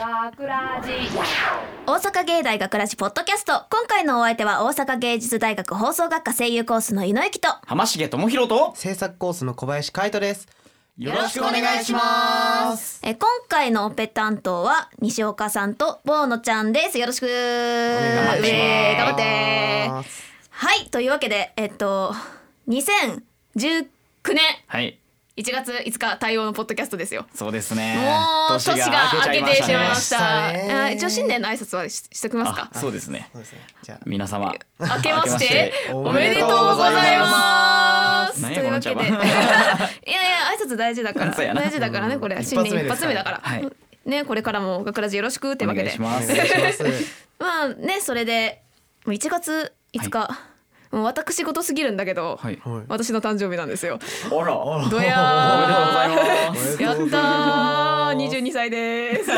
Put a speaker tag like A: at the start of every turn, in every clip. A: 桜ジ
B: 大阪芸大学ラジポッドキャスト今回のお相手は大阪芸術大学放送学科声優コースの井野由紀と
C: 浜重智博と
D: 制作コースの小林海斗です。。
C: よ
B: ろしくお願いし
C: ます
B: えー今回のオペ担当は西岡さんとボーノちゃんですよろしくお
C: 願いしま
B: 頑
C: す
B: 張ってはいというわけでえっと2019年
C: はい
B: 1月5日対応のポッドキャストですよ
C: そうですね
B: もう年が明けてしまいました。
D: 明けてしまいましたね
B: あ一応新年の挨拶はししときますか
C: あ。そうですね
D: そうですね。じゃあ、
C: 皆様
B: 明けましてお
D: お
B: め
D: め
B: で
D: で
B: と
D: と
B: う
D: う
B: ご
D: ご
B: ざ
D: ざ
B: い
D: い
B: ま。
D: ます
C: 何
B: と
C: や
B: いうわけで、
C: こ
B: い
C: の
B: や
C: 茶
B: い
C: 番
B: や挨拶大事だから、
C: そうやな
B: 大事だからねこれ
D: うん
B: 新年一
D: 一
B: 発
D: 発
B: 目
D: 目
B: だ
D: ですか
B: からら
C: はい。
B: ねこれからも学ラジよろしくって
C: お
B: わけ
C: 願い
B: で
C: し。ま
D: お
C: す
D: 願いします。
B: まあねそれでもう1月5日、もう私事すぎるんだけど、
C: はい
D: はい
B: 私の誕生日なんですよ。
C: あらお
B: どやー。
C: めでとうございます
D: おめで
B: や
D: とう
B: っ
D: ござい
B: た
D: ま
B: ー、
D: す
B: 二十二歳です。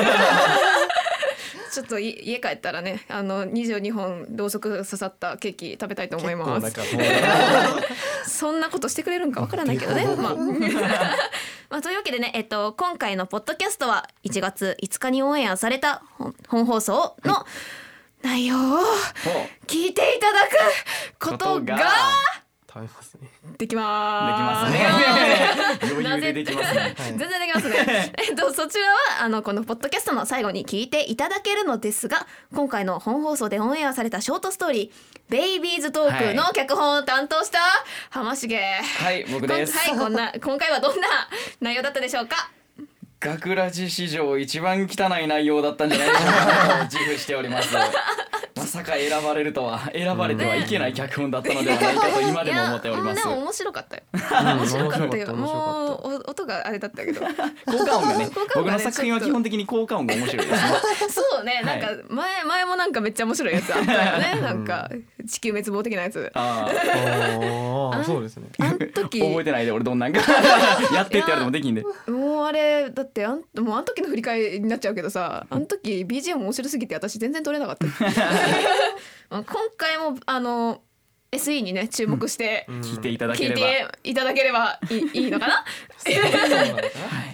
B: ちょっとい家帰ったらね、あの二十二本ろうそく刺さったケーキ食べたいと思いま
D: 結
B: す。
D: 構なんかもう
B: そんなことしてくれるんかわからないけどね、まあ。 まあ、というわけでね、えっと、今回のポッドキャストは1月5日にオンエアされた本本放送の内容を聞いていただくこ
C: お
B: とが
D: 食べますね。
B: できま
C: できます
B: す。
C: ね
B: な
C: 余裕
B: ぜ
C: でできますね
D: はい
B: 全然できます ね。えっとそちらはあのこのポッドキャストの最後に聞いていただけるのですが、今回の本放送でオンエアされたショートストーリー「ベイビーズトーク」の脚本を担当した浜重。
C: はい僕
B: 今
C: です
B: はいこんな今回はどんな内容だったでしょうか。
C: 学ラジ史上一番汚い内容だったんじゃないでし ょうか自負しておりますまさか選ばれるとは選ばれてはいけない脚本だったのではないかと今でも思っておりま
B: い
C: す
B: やでも
C: 効
B: 面白かったよ。
D: うん
B: 面白かった
D: 面白
B: よ。もうお音があれだったけ ど。
C: 果音がね
B: 効果音が
C: 僕
B: ね
C: の作品は基本的に効果音が面白いですね
B: そうね、な
C: は
B: ん
C: い
B: か前、前もなんかめっちゃ面白いやつあったよね。なんか地球滅亡的なや つ。
C: ああ
D: おーそうですね。
B: あん時
C: 覚えてないで俺どんなんかやってって言われてもできんで
B: もうあれだってあんもうあの時の振り返りになっちゃうけどさあの時 BGM 面白すぎて私全然撮れなかった まあ今回もあの SE にね注目して
D: うん
C: 聞いていただけ
B: 聞い
C: れば、
B: ていただければいい,、いいのか な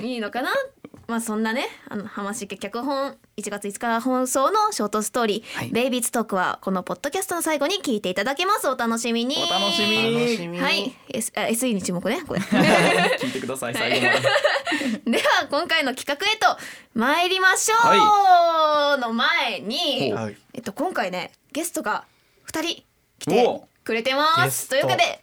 B: いいのかなまあそんなねあの浜重脚本1月5日放送のショートストーリー「
C: はい
B: ベイビーズトーク」はこのポッドキャストの最後に聞いていただけますお楽しみに
C: お楽しみ
D: 楽し
C: に
D: み。
B: はい。S あ SE に注目ねこれ。
C: 聞いてください最後まで
B: では今回の企画へと参りましょう、の前に、
C: ほう
D: はい。
B: えっと、今回ねゲストが2人来
C: お
B: て
C: う
B: くれてま
D: ゲ
B: す
D: ス
B: と
D: ト
B: いうわけで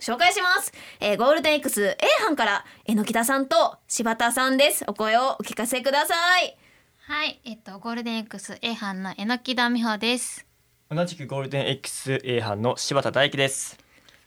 B: 紹介します、えーゴールデン X A 班から榎田さんと柴田さんですお声をお聞かせください
E: はい、えっとゴールデン X A 班のえのきだみほです。
F: 同じくゴールデン XA 班の柴田大樹です。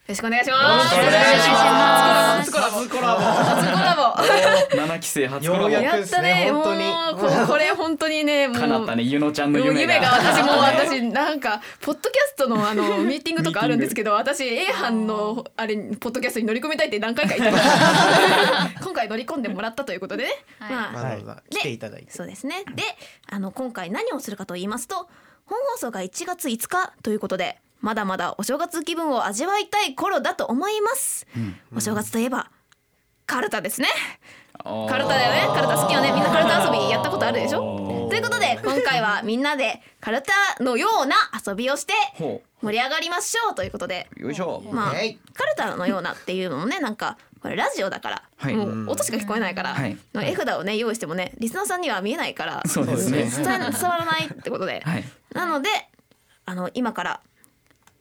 B: よろしくお願いします
C: よろしくお願いします
B: 初コラボ
C: 初コラ
B: 初コラボ初コラ
C: ボ7期生初コ
D: よ
C: ラ
D: う
C: ボ
D: や
B: ボ
D: く
B: やったねも
D: 本
B: う
D: 当に
B: ここれ本当にねもう
C: 叶ったねゆのちゃんの
B: もう
C: 夢が
B: 夢が私もう私なんかポッドキャストのあのミーティングとかあるんですけど私 A 班のあれポッドキャストに乗り込みたいって何回か言ってました 今回乗り込んでもらったということでね、
E: はい
B: まあ
D: わざわざ来ていただいて。
B: そうですねであの今回何をするかと言いますと本放送が1月5日ということでまだまだお正月気分を味わいたい頃だと思います、お正月といえばカルタですね
C: おー
B: カルタだよねカルタ好きよねみんなカルタ遊びやったことあるでしょ
C: おー
B: ということで今回はみんなでカルタのような遊びをして
C: ほ
B: 盛り上がりましょうということで
C: うよいしょ
B: まあ
D: イエイ
B: カルタのようなっていうのもねなんかこれラジオだから、
C: はい
B: もう音しか聞こえないから、
C: はい
B: の絵札をね用意してもねリスナーさんには見えないから
C: そうですね
B: 伝わ伝わら ないってことで、
C: はい
B: なのであの今から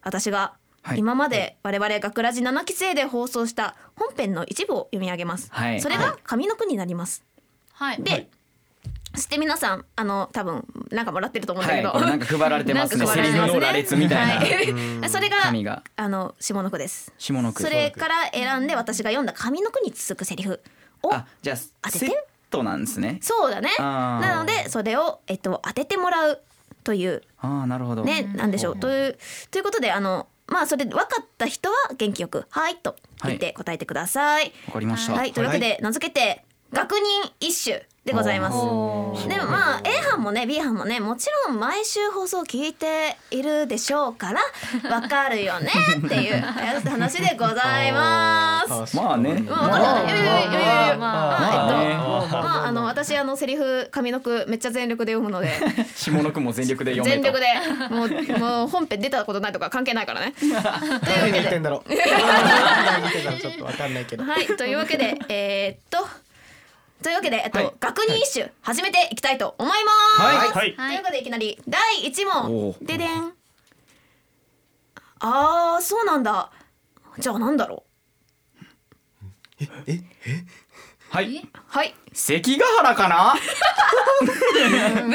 B: 私が
C: はい
B: 今まで我々学ラジ7期生で放送した本編の一部を読み上げます、
C: はい
B: それが上の句になります、
E: はい。
B: で、そして皆さんあの多分なんかもらってると思うんだ
C: は
B: け
C: い
B: ど、
C: これ なんか配られてます
B: な
C: ね
B: んか
C: セ
B: 配
C: リ
B: られてますね
C: フの羅列みたいな
B: はいそれが
C: 紙が
B: あの下の句です
C: 下の句
B: それから選んで私が読んだ上の句に続くセリフを
C: あじゃあ
B: 当てて
C: セットなんですね
B: そうだね
C: あー
B: なのでそれを、えっと、当ててもらうという
C: ああなるほど
B: ねなんでしょう
C: ほ
B: というということであのまあそれ分かった人は元気よく「はい」と言って答えてください。
C: わかりました
B: はい、というわけで名付けて「学人一首でございます。
E: おー
B: でもまあ A 班もね B 班もねもちろん毎週放送聞いているでしょうからわかるよねって いう話でございます。
D: あ
C: まあね
B: まあわかんないいやいやいやいや
E: ま
B: あ
C: まあね
B: まああの私あのセリフ上の句めっちゃ全力で読むので
C: 下の句も全力で読め
B: 全
C: と
B: 力でも うもう本編出たことないとか関係ないからね。というわ
D: 誰
B: け
D: 見て
B: で
D: んだろう。誰見てんだろうちょっとわかんないけど。
B: はいというわけ でえーっとというわけでえっと、
C: はい
B: 学認一首始めていきたいと思います。
C: はい
F: はい
B: ということでいきなり第一
C: お
B: 問
C: う
B: ででんあーそうなんだじゃあなんだろ
D: え、
C: はい
B: うはい
C: 関ヶ原 かな
B: ブブー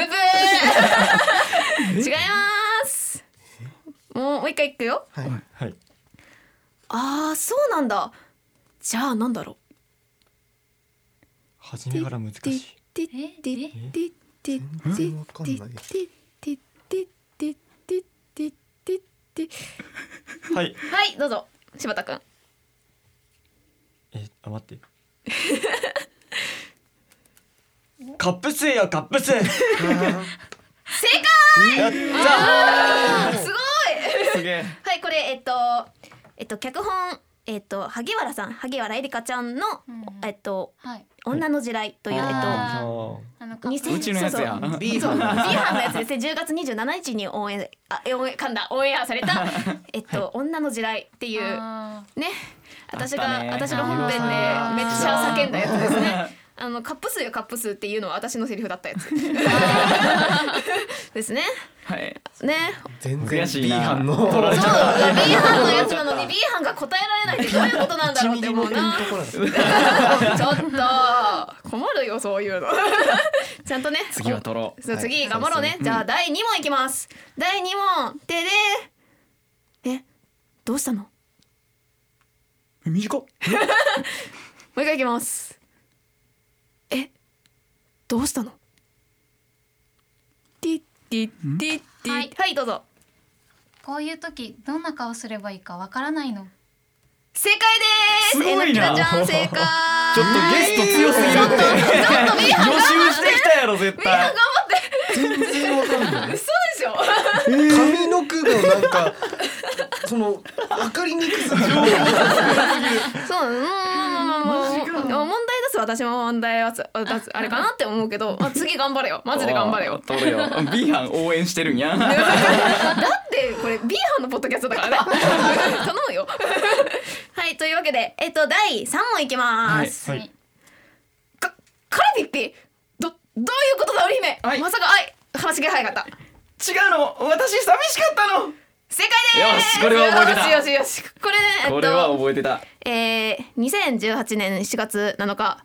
B: 違いますもうもう一回いくよ
D: はい。
F: はい
B: あーそうなんだじゃあなんだろ
F: 初めから難しい
B: いう
D: 全然わかんない。
F: はい
B: はいどうぞ柴田くん
F: えあ待ってカップ水よカップ水
B: 正
F: やった
B: 解すごい
C: すげえ
B: はいこれえっとえっと脚本えっと萩原さん萩原えりかちゃんの、
E: うん
B: えっと
E: はい
B: 女の地雷というえっと
E: あ
F: ー
E: あの
B: 2000
C: うちのやつや
B: そうそう
D: B
B: そう
D: 班
B: B 班のやつですね10月27日に応援あえ応援噛んだオンエアされたえっと女の地雷っていう
E: あ
B: ね私
C: あっ
B: が、
C: たね
B: 私の本編でめっち
E: あー
B: ゃ叫んだやつですねあのカップ数よカップ数っていうのは私のセリフだったやつですね
C: はい
B: ね
D: 全
C: 悔
D: 然
C: しい
D: B
C: な
D: 班の。
C: 取られ
B: そう
C: ちゃ
B: B
C: っ
B: 班のやつなのに B 班が答えられないってどういうことなんだろうって思うな
D: ところ だ
B: ちょっと困るよそういうのちゃんとね
C: 次は取ろう
B: そう
D: はい
B: 次頑張ろうね、じゃあ第2問いきます、第2問ででえどうしたのも
C: 短
B: う
C: っ
B: 一回いきますえどうしたのティッティッティッティッ
E: はい
B: はいどうぞ
E: ーこういう時どんな顔すればいいかわからないの
B: 正解です
C: すごいな
B: えのきだちゃん正解
C: ちょっとゲスト強すぎるって予習してき たやろ絶対
D: 全然わかんない。
B: 嘘でしょ
D: 髪の毛がなんか。その、わかりにくさ。
B: そう、うん、まあまあまあまあ、問題出す私も問題はつ出すあれかなって思うけど、まあ、次頑張れよマジで頑張れよ。
C: 取 るよ B 班応援してるんやは
B: だってこれ B 班のポッドキャストだからね頼むよ。はいというわけでえっと第三問いきます。
F: はい
B: かカラピッピどどういうことだ織姫、
C: はい
B: まさかあい話が早かった。
C: 違うの私寂しかったの
B: 正解です
C: よしこれは覚えてた
B: よしよしよしこれねえっと
C: これは覚えてた
B: えー、2018年7月7日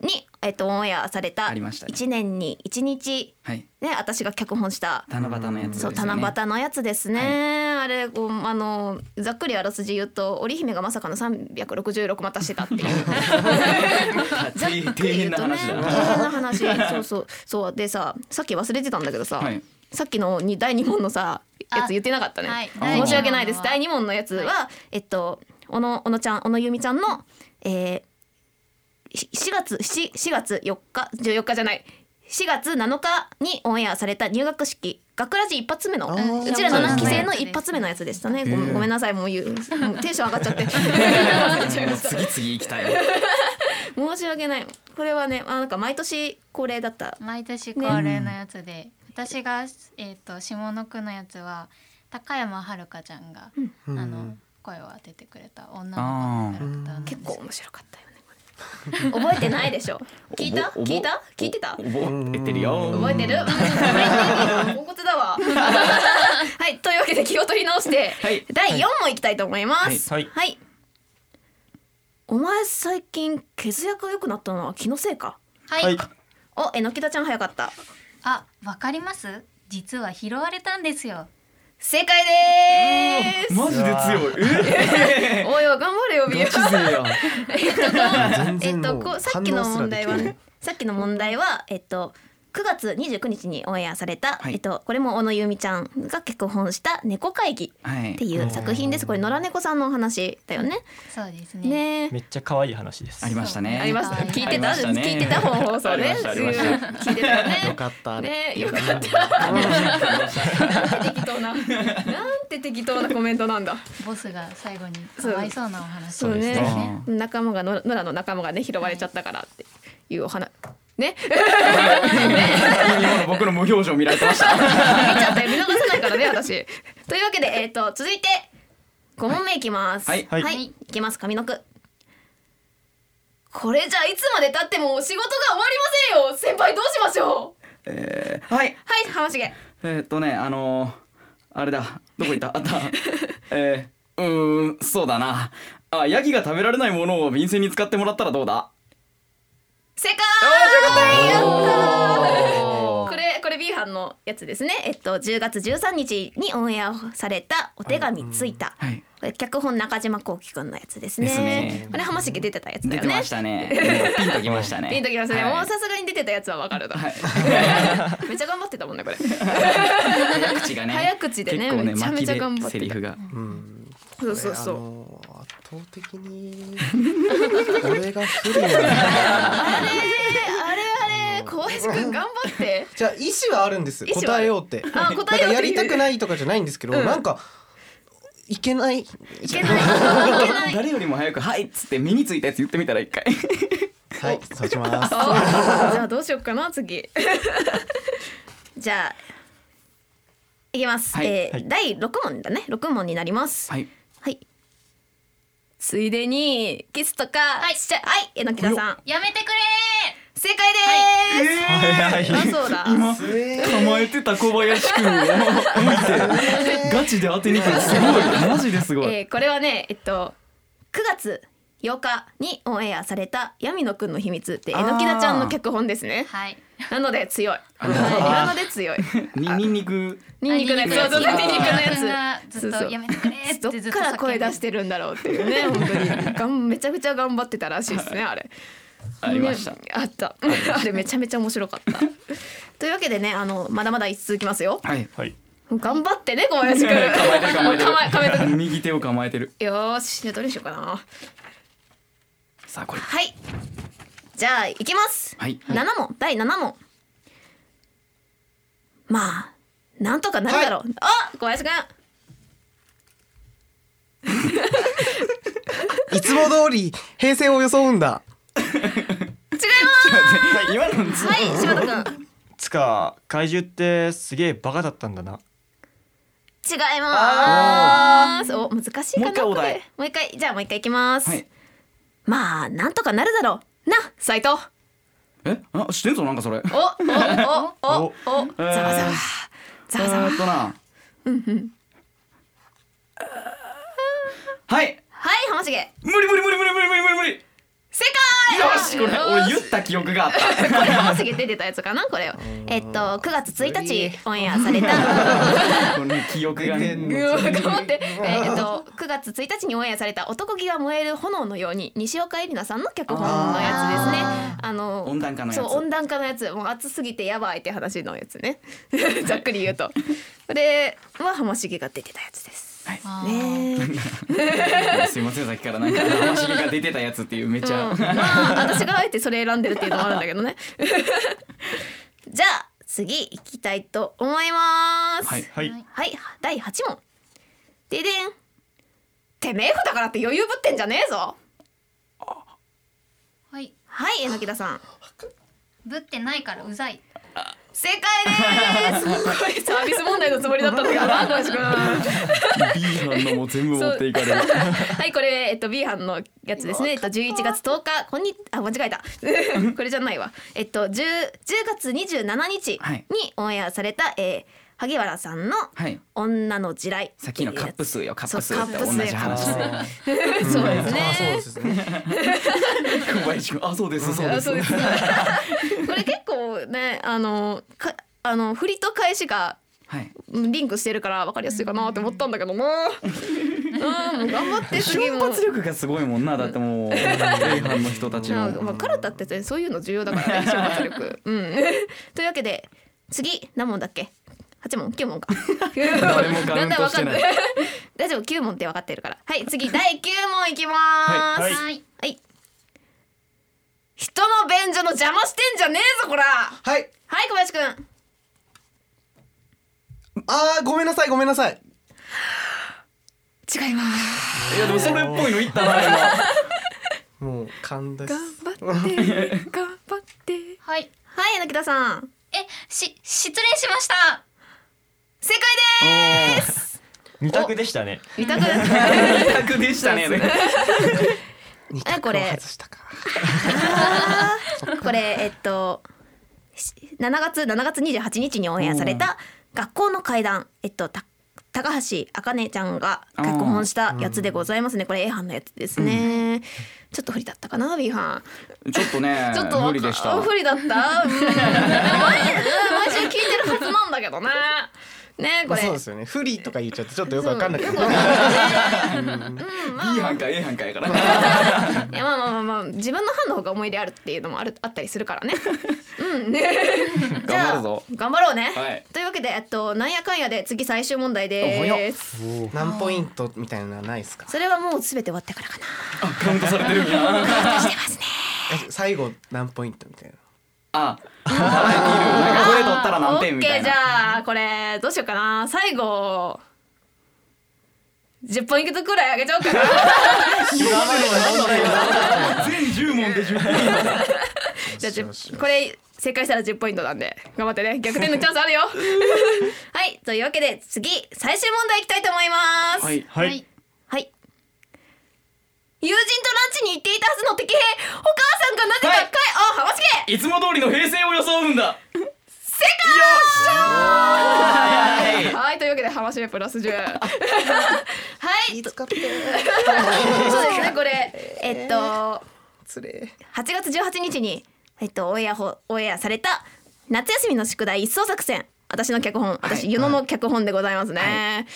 B: に、えっとオンエアされた
C: ありましたね
B: 1年に1日、
C: はい
B: ね私が脚本した、
C: 七夕のやつです
B: そ
C: よ
B: う
C: ね
B: 七夕のやつですね、あれこうあのざっくりあらすじ言うと織姫がまさかの366またしてたっていうざっくり言うとね
C: 大変
B: 大変な
C: な話だ
B: 話そうそうそうでささっき忘れてたんだけどさ、
C: はい
B: さっきのに第2問のさやつ言ってなかったね、
E: はい
C: あー
B: 申し訳ないです第
E: 第
B: 2問のやつは、
E: は
B: えっと小野小野ちゃん小野由美ちゃんの、えー、し4月 4, 4月4日14日じゃない4月7日にオンエアされた入学式学ラジ一発目の
D: あー
B: うちらの
C: そうですね
B: 期生の一発目のやつでしたねごめん
D: へー
B: ごめんなさいもう言うもうテンション上がっちゃって
C: もう次次行きたいわ
B: 申し訳ないこれはねあなんか毎年恒例だった
E: 毎年恒例のやつで、私がえっ、と下の句のやつは高山遥香ちゃんが、あの声を当ててくれた女の子のキャラクターなんです
B: 結構面白かったよねこれ覚えてないでしょ聞いた
C: おぼ
B: 聞いた聞いてた
C: お覚えてるよ
B: 覚えてる ポンコツだわはいというわけで気を取り直して、
C: はい
B: 第4問いきたいと思います
F: はい
B: お前最近血薬が良くなったのは気のせいか
E: はい、
F: はい
B: おえのきだちゃん早かった
E: あわかります実は拾われたんですよ
B: 正解です
C: マジで強 いえ
B: おいおい頑張れよビエ
C: ガチ勢や
B: えっとこうえっ
D: 全然
B: と
D: もう
B: こうさっきの問題は
D: 反応すらでき
B: ねさっきの問題はえっと9月29日にオンエアされた、
C: はい
B: えっとこれも小野由美ちゃんが結婚した猫会議
C: はい
B: っていう作品です。これ野良猫さんのお話だよね。
E: そうですね
B: ねえ
F: めっちゃ可愛い話です
C: ありましたね
B: ありました。聞い
C: あ
B: て
C: り
B: た、
C: ましたね
B: 聞いてた本放送
C: あり
B: ね
C: ま。したありました
B: 聞いてたよね。
D: よかったあれ
B: ねよかった。なんて適当な。なんて適当なコメントなんだ。
E: ボスが最後に
B: そう
E: かわいそうなお話
B: そう
E: で
B: ね
E: す
C: ね
B: 仲間がの野良の仲間がね拾われちゃったからっていうお話。ね、
C: 今の僕の無表情見られてました
B: 見ちゃったよ見逃さないからね私。というわけでえっ、と続いて五問目いきます。
C: はい
F: はい
B: いきます上の句。これじゃいつまで経っても仕事が終わりませんよ先輩どうしましょう
C: えーはい
B: はい浜重
C: えーっとねあのーあれだどこ行ったあったえー、うーんそうだなあヤギが食べられないものを便箋に使ってもらったらどうだ
B: 正解これこれ B 班のやつですねえっと10月13日にオンエアされたお手紙ついた、
C: はい
B: これ脚本中島幸喜くんのやつですね
C: ですね
B: これ浜重出てたやつだ
C: 出
B: よ
C: てま
B: ね
C: したねうんピンときましたね
B: いい時ますね、
C: はい
B: もうさすがに出てたやつはわかるだ、 めっちゃ頑張ってたもんねこれ
C: 早口がね
B: 早口でね
C: 結構ね
B: めちゃめちゃ
C: 巻きで
B: 頑張ってた
C: セリフが
D: うん
B: そうそうそう
D: これあの圧倒的にこれが不 利なの
B: あれあれあれ小林くん頑張って
D: じゃあ意思はあるんです
B: 意思はあ
D: 答
B: る
D: えようって
B: あ答えようっていう
D: なんかやりたくないとかじゃないんですけど、
B: うん
D: なんかいけない
B: いけないいけ ない
C: 誰よりも早く「はい」っつって目についたやつ言ってみたら一回
D: はいそうします
B: あじゃあどうしようかな次 じゃあいきます、
C: はい
B: えー
F: はい
B: 第六問だね六問になります
C: はい
B: はいついでにキスとかはいしちゃはいえのきださん
E: やめてくれ
B: 正解です、
F: 早い
B: あそうだ
C: 今
D: えー
C: 構えてた小林くんを見てガチで当てにくるすごいマジですごい、
B: えーこれはねえっと9月8日にオンエアされた闇野くんの秘密ってえのきだちゃんの脚本ですね
E: はい
B: なので強いはいなので強い
C: にニンニク
B: ニンニクのやつ
E: あ
B: そうそうニンニクのやつ
E: ニンニクのやつずっとやめてくれって
B: どっから声出しててるんだろうっていうね本当にがんめちゃくちゃ頑張ってたらしいですねあれ
C: ありました、
B: ねあった あれめちゃめちゃ面白かったというわけでねあのまだまだ一続きますよ
C: はい
F: はい
B: 頑張ってね小林くん
C: 構 えてる
B: 構え構えてる
C: 右手を構えてる
B: よーしじゃあどれにしようかな
C: さあこれ
B: はいじゃあいきます
C: はい
B: 7問第7問まあなんとかなるだろう、あ小林くん
D: いつも通り平成を装うんだ
B: 違いま
C: 今の
B: すはい柴田くん
F: つか怪獣ってすげえバカだったんだな
B: 違います。お難しいかな。
C: もう一回お題
B: これもう一回じゃあもう一回いきます。
C: はい
B: まあなんとかなるだろう。な斉藤。
C: えあ知ってんぞなんかそれ
B: おおおおお
C: え
B: ざわざわ
C: ー
B: ざわざわ。
C: えーっとなうんうんはい
B: はい浜重。
C: 無理無理無理無理無理無理無理無理よ
B: 正解。
C: しこれ俺言った記憶があった
B: これ浜重出てたやつかなこれ。えっと9月1日オンエアされた。
C: この記憶がね
B: うわ頑張 って。えっと9月1日にオンエアされた男気が燃える炎のように西岡恵里奈さんの脚本のやつですね。あの
C: 温暖化のやつ
B: そう温暖化のやつもう暑すぎてやばいって話のやつ ねざっくり言うとこれは浜重が出てたやつですねえ、
C: すいませんさっきからなんか話が出てたやつっていうめちゃ、
B: うんまあ私があえてそれ選んでるっていうのもあるんだけどね じゃあ次行きたいと思います
C: はい
F: はい
B: はい、第8問ででんてめえふだからって余裕ぶってんじゃねえぞ
E: はい
B: はい榎田さん
E: ぶってないからうざい
B: 正解ですこ れサービス問題のつもりだったんだけど な小林くん
C: B 班のも全部持っていかれる
B: はい、これ、えっと、B 班のやつですね。えっと、11月10日、こんに、あ、間違えた。 これじゃないわ。えっと、10、10月27日
C: はい
B: にオンエアされた、えー萩原さんの
C: はい
B: 女の地雷。
C: さっきのカップ数よカップ数
B: そう
C: と同じ
B: カップ
C: 話
B: 数
C: 小
B: そうです
D: あそう
B: ね
D: で。すね
C: 林 君あそうですそう
B: あ
C: です
B: そうです。 これ結構ね、あの、か、あの、振りと返しが。
C: はい
B: うんリンクしてるから分かりやすいかなって思ったんだけどな。うん、もう頑張 って次
C: 瞬
B: も。
C: 発力がすごいもんなだって もう A 班の人たち
B: な
C: も
B: んかまあ、カルタってねそういうの重要だ からね瞬発力。うん。 というわけで次何問だっけ八問九問か。
C: 誰もカウントしてな
B: だ
C: い
B: んだん分かんない大丈夫九問って分かってるから。はい次第九問いきます。
F: はい
E: はい
B: はい。人の便所の邪魔してんじゃねえぞこら。は
D: はい
B: い小林くん。
D: あーごめんなさいごめんなさい
B: 違います。
C: いやでもそれっぽいのいったな今
D: もう勘です
B: 頑 張って頑張って。
E: はい
B: はい榎田さん
E: えし失礼しました
B: 正解です。
F: 二択でしたね。
B: 二択です。
C: 二択でしたね
D: 二
B: あこれ
D: 択を外したか
B: これえっとし7月7月28日にオンエアされた学校の怪談えっとた高橋茜ちゃんが脚本したやつでございますね。これ A 班のやつですね。ちょっと不利だったかな B 班。
C: ちょっとね
B: ちょっと
C: 無理でした
B: あ不利だった。うん毎毎週聞いてるはずなんだけどね。ねこ
D: まあ
B: れ。
D: そうですよねフリーとか言っちゃってちょっとよくわかんなくなっ
B: よく
D: た
B: わかんない
C: うん B 班か A 班かやか ら
B: いやまあまあまあまあ自分の班の方が思い出あるっていうのもあるあったりする からね。うんね。じ
C: 頑張
B: ゃ
C: る
B: あ
C: ぞ
B: 頑張ろうね。
C: はい
B: というわけでえっとなんやかんやで次最終問題
C: お早っ
B: です。
D: 何ポイントみたいなのはないですか
B: それはもうすべて終わってからかな。
C: カウントされてるんや
B: してますね。
D: え最後何ポイントみたいな
C: あバラエティールールなんかこれ取ったら何点みた
B: オ
C: い
B: ッケーじ
C: な
B: ゃあこれどうしようかな最後10ポイントくらい上げちゃおうかな。
C: 全十問で十問
B: じゃあじゅ
D: よしよし
B: これ正解したら10ポイント なんで頑張ってね逆転のチャンスあるよ。 はいというわけで次最終問題いきたいと思います。
C: はい
F: は
E: はい
F: い。
B: はい。友人とランチに行っていたはずの敵兵、お母さんがなぜか
C: はい
B: かい、あ、はましけ
C: いつも通りの平成を装うんだ
B: 正解
C: はい
B: はい、というわけで、はましめプラス10。はい、
D: 使って
B: そうですね、これ、えっと、
D: つれ
B: 8月18日に、えっと、オンエアほ、オンエアされた。夏休みの宿題一掃作戦、私の脚本、私、湯野の脚本でございますね。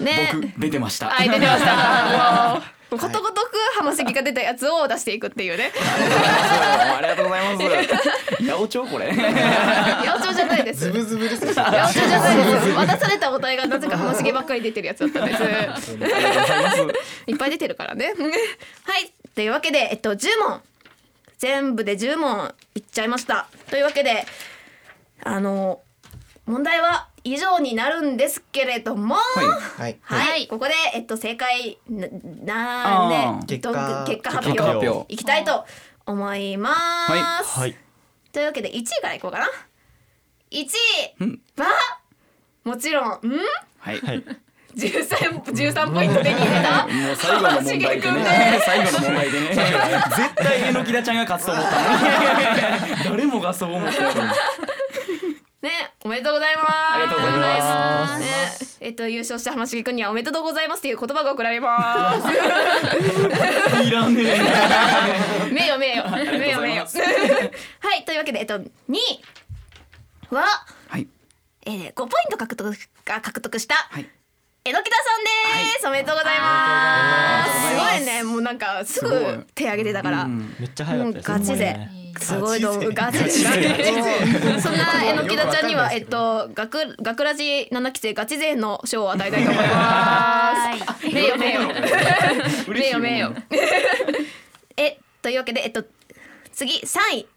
B: ね、
C: 僕出てました
B: はい、出てました。もうことごとく、はましきが出たやつを出していくっていうね。
C: ありがとうございます八百長これ
B: 八百長じゃないです。
D: ズブズブですよ
B: いや、私じゃないですよ。 渡されたお題がなぜか話毛ばっかり出てるやつだったん です。いっぱい出てるからね。 はい、というわけで、えっと、10問。全部で10問いっちゃいました。というわけで、あの、問題は以上になるんですけれども、はい、
D: はい
E: はい
B: ここで、えっと、正解な、な
C: あ
B: ん
C: ー
B: で、どん
D: 結果
B: 結果発
C: 結果発
B: 表
C: 表
B: いきたいと思います。
F: はい。
B: というわけで1位からいこうかな1位
C: うん
B: はもちろん、うん、
C: はい
F: はい。
B: 13, 13ポイントで入れた
C: もう最後の問題でね 最後の問題でね絶対えのきだちゃんが勝つと思ったのに誰もがそう思ってたのに
B: ねおめでとうございます
C: ありがとうございます
B: ねえっと優勝した浜重くんにはおめでとうございますという言葉が送られます
C: いらねえ
B: 名誉名
C: あ
B: 誉
C: り
B: 名
C: がとうご
B: 誉名
C: ざいま
B: 誉
C: す
B: はいというわけでえっと2位は、
C: はい
B: えー、5ポイント獲得が獲得した、
C: い
B: えのきださんです、おめでとうございます
C: ありがとうござい
B: すご
C: ます
B: いねもうなんかすぐ
C: すごい
B: 手挙げてたから、
F: めっちゃ早
B: も
F: か
B: う
F: ったです。
B: ガチ勢
F: ね。
B: すごいと思うガ
D: ガ
B: チ
D: チ
B: 勢
D: 勢
B: そんなえのきだちゃんに
D: よくわ
B: は
D: かんな
B: いえ
D: です
B: っ
D: けど
B: と学学ラジ七期生ガチ勢の賞を与えたいと思います名誉名誉名誉名誉えというわけでえっと次3位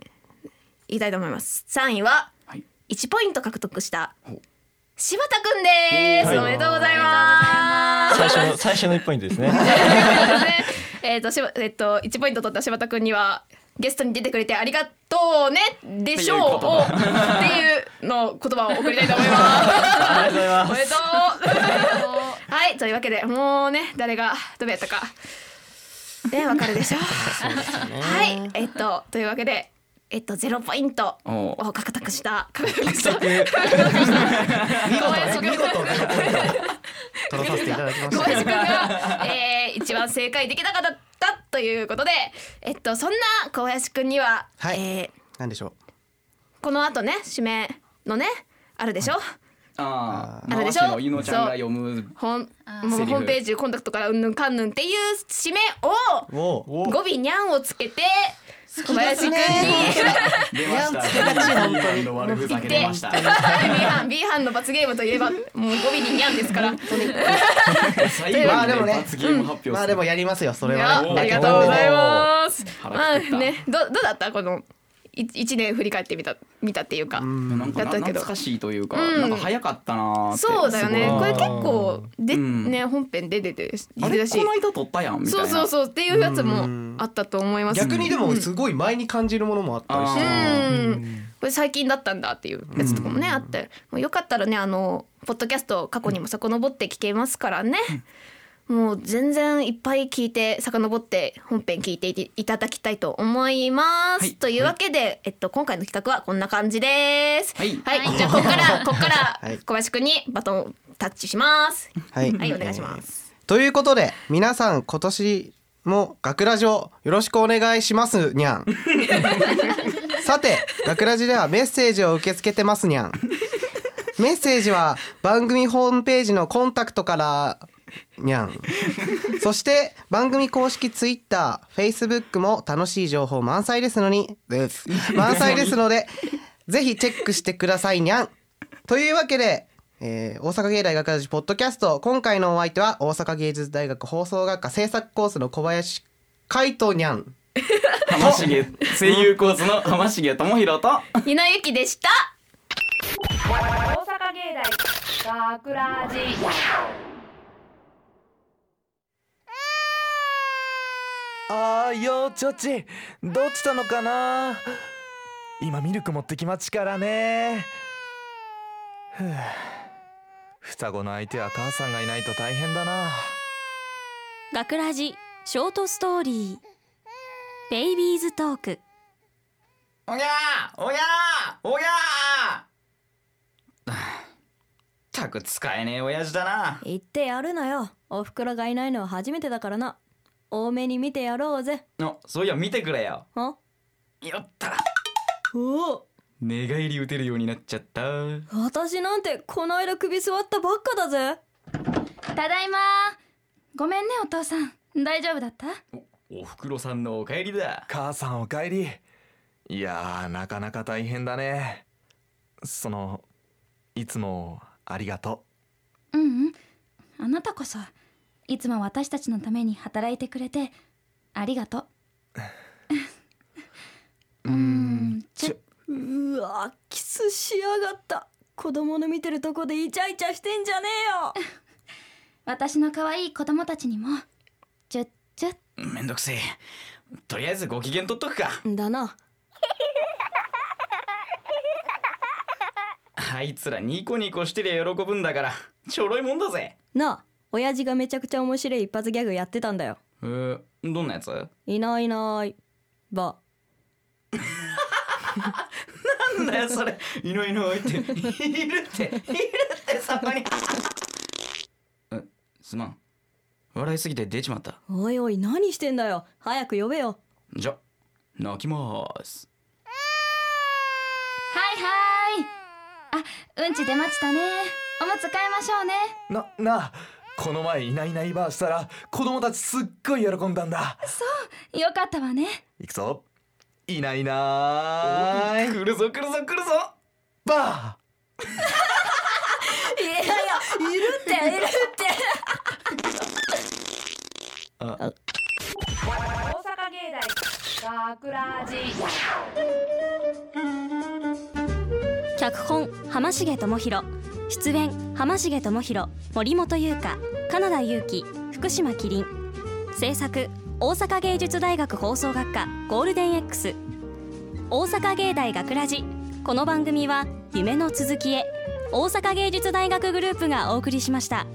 B: 言いたいと思います3位は
C: はい
B: 1ポイント獲得した
C: ほ
B: 柴田くんですおめでとうございます
F: 最初の最初の一ポイント ですね。
B: えっと、しば、えっと、一ポイント取った柴田くんには。ゲストに出てくれてありがとうねでしょうをっていうの言葉を送りたいと思います。おめでとう。 はい、というわけでもうね誰がどうやったかでわかるでしょう。はい、えっとというわけでえっとゼロポイントを獲得した獲得した
D: 見事ね見事ね取らさせていただきま
B: 小
D: し
B: 林くん
D: た
B: が、えー、一番正解できなかったということで、えっと、そんな小林くんには、
D: はい
B: えー
D: なんでしょう
B: この後ね指名のねあるでしょ、
C: ああ
B: あるでしょ
C: 回しのゆのちゃんが読む
B: ほん
E: あー
B: も
C: セ
B: う
C: リフ
B: ホームページコンタクトからうんぬんかんぬんっていう締めを
F: おお
B: 語尾にゃんをつけて小林くんに
C: 出ました
D: いやつけがち本当に
C: いいの悪ふざけ出ました
B: B 班 B 班の罰ゲームといえばもう語尾ににゃんですから。
C: 最後に
D: まあでもね
C: 罰ゲーム発表する
D: まあでもやりますよそれ
B: いや
D: は
C: お
D: ね
B: ありがとうございます。
C: お
B: まあ
C: 腹減った
B: ねどどうだったこのい一年振り返ってみた見たっていうか。
C: なんか
B: やったけど
C: 懐かしいというか、
B: うん
C: なんか早かったなーって
B: そうだよね
F: すごい
B: これ結構で、
C: うん
B: ね本編で出てる
C: あれ
B: 珍
C: こ
B: しい
C: の。間撮ったやんみたい
B: そう
C: な
B: そうそうっていうやつもあったと思います。
D: 逆にでもすごい前に感じるものもあったりし
B: う
D: て
B: ん、これ最近だったんだっていうやつとかもね、あってもうよかったらねあのポッドキャスト過去にも遡って聞けますからね、もう全然いっぱい聞いて遡って本編聞いていていただきたいと思います、
C: はい
B: というわけで、えっと、今回の企画はこんな感じです
C: はい
B: じゃあここ からここか
D: は
B: ら
D: い
B: 小林くんにバトンをタッチします
D: はい
B: はいお願いします
D: ということで皆さん今年も学ラジをよろしくお願いしますにゃんさて学ラジではメッセージを受け付けてますにゃんメッセージは番組ホームページのコンタクトからにゃんそして番組公式ツイッター、フェイスブックも楽しい情報満載ですのに、です満載ですので、ぜひチェックしてくださいにゃん。というわけで、えー大阪芸大学ラジポッドキャスト、今回のお相手は大阪芸術大学放送学科制作コースの小林海斗にゃん。
C: 浜重声優コースの浜重智弘と
B: ゆなゆきでした
A: 大阪芸大学ラジ
G: あーよーちょちどっちたのかな今ミルク持ってきまちからねふう双子の相手は母さんがいないと大変だな
H: 学ラジショートストーリーベイビーズトーク
G: おぎゃーおぎゃーおぎゃーたく使えねえ親父だな
H: 言ってやるなよおふくろがいないのは初めてだからな多めに見てやろうぜ
G: あそういや見てくれよ
H: あ
G: よった
H: おお
G: 寝返り打てるようになっちゃった
H: 私なんてこの間首座ったばっかだぜ
I: ただいまごめんねお父さん大丈夫だった
C: おふくろさんのお帰りだ
G: 母さんおかえりいやーなかなか大変だねそのいつもありがと
I: うんうんあなたこそいつも私たちのために働いてくれてありがとう
G: ううーん
I: ちょ
H: うわキスしやがった子供の見てるとこでイチャイチャしてんじゃねえよ
I: 私の可愛い子供たちにもちょちょ
G: めんどくせえとりあえずご機嫌取っとくか
H: だな
G: あいつらニコニコしてりゃ喜ぶんだからちょろいもんだぜ
H: なあ親父がめちゃくちゃ面白い一発ギャグやってたんだよ
G: えー、どんなやつ
H: いないいないば
G: なんだよそれいないいないっているっているってそこに
C: すまん笑いすぎて出ちまった
H: おいおい何してんだよ早く呼べよ
C: じゃ泣きます
I: はいはいあうんち出ましたねおむつ変えましょうね
G: ななあこの前いないいないばあしたら子供たちすっごい喜んだんだ
I: よかったわね
G: いくぞいないいない
C: 来るぞ来るぞ来るぞ
G: ばあ
H: いやいやいるっているって
A: 大阪芸大学ラジ
H: 脚本浜重智弘出演浜重智弘森本優香金田裕貴福島キリン制作大阪芸術大学放送学科ゴールデン X 大阪芸大学ラジこの番組は夢の続きへ大阪芸術大学グループがお送りしました。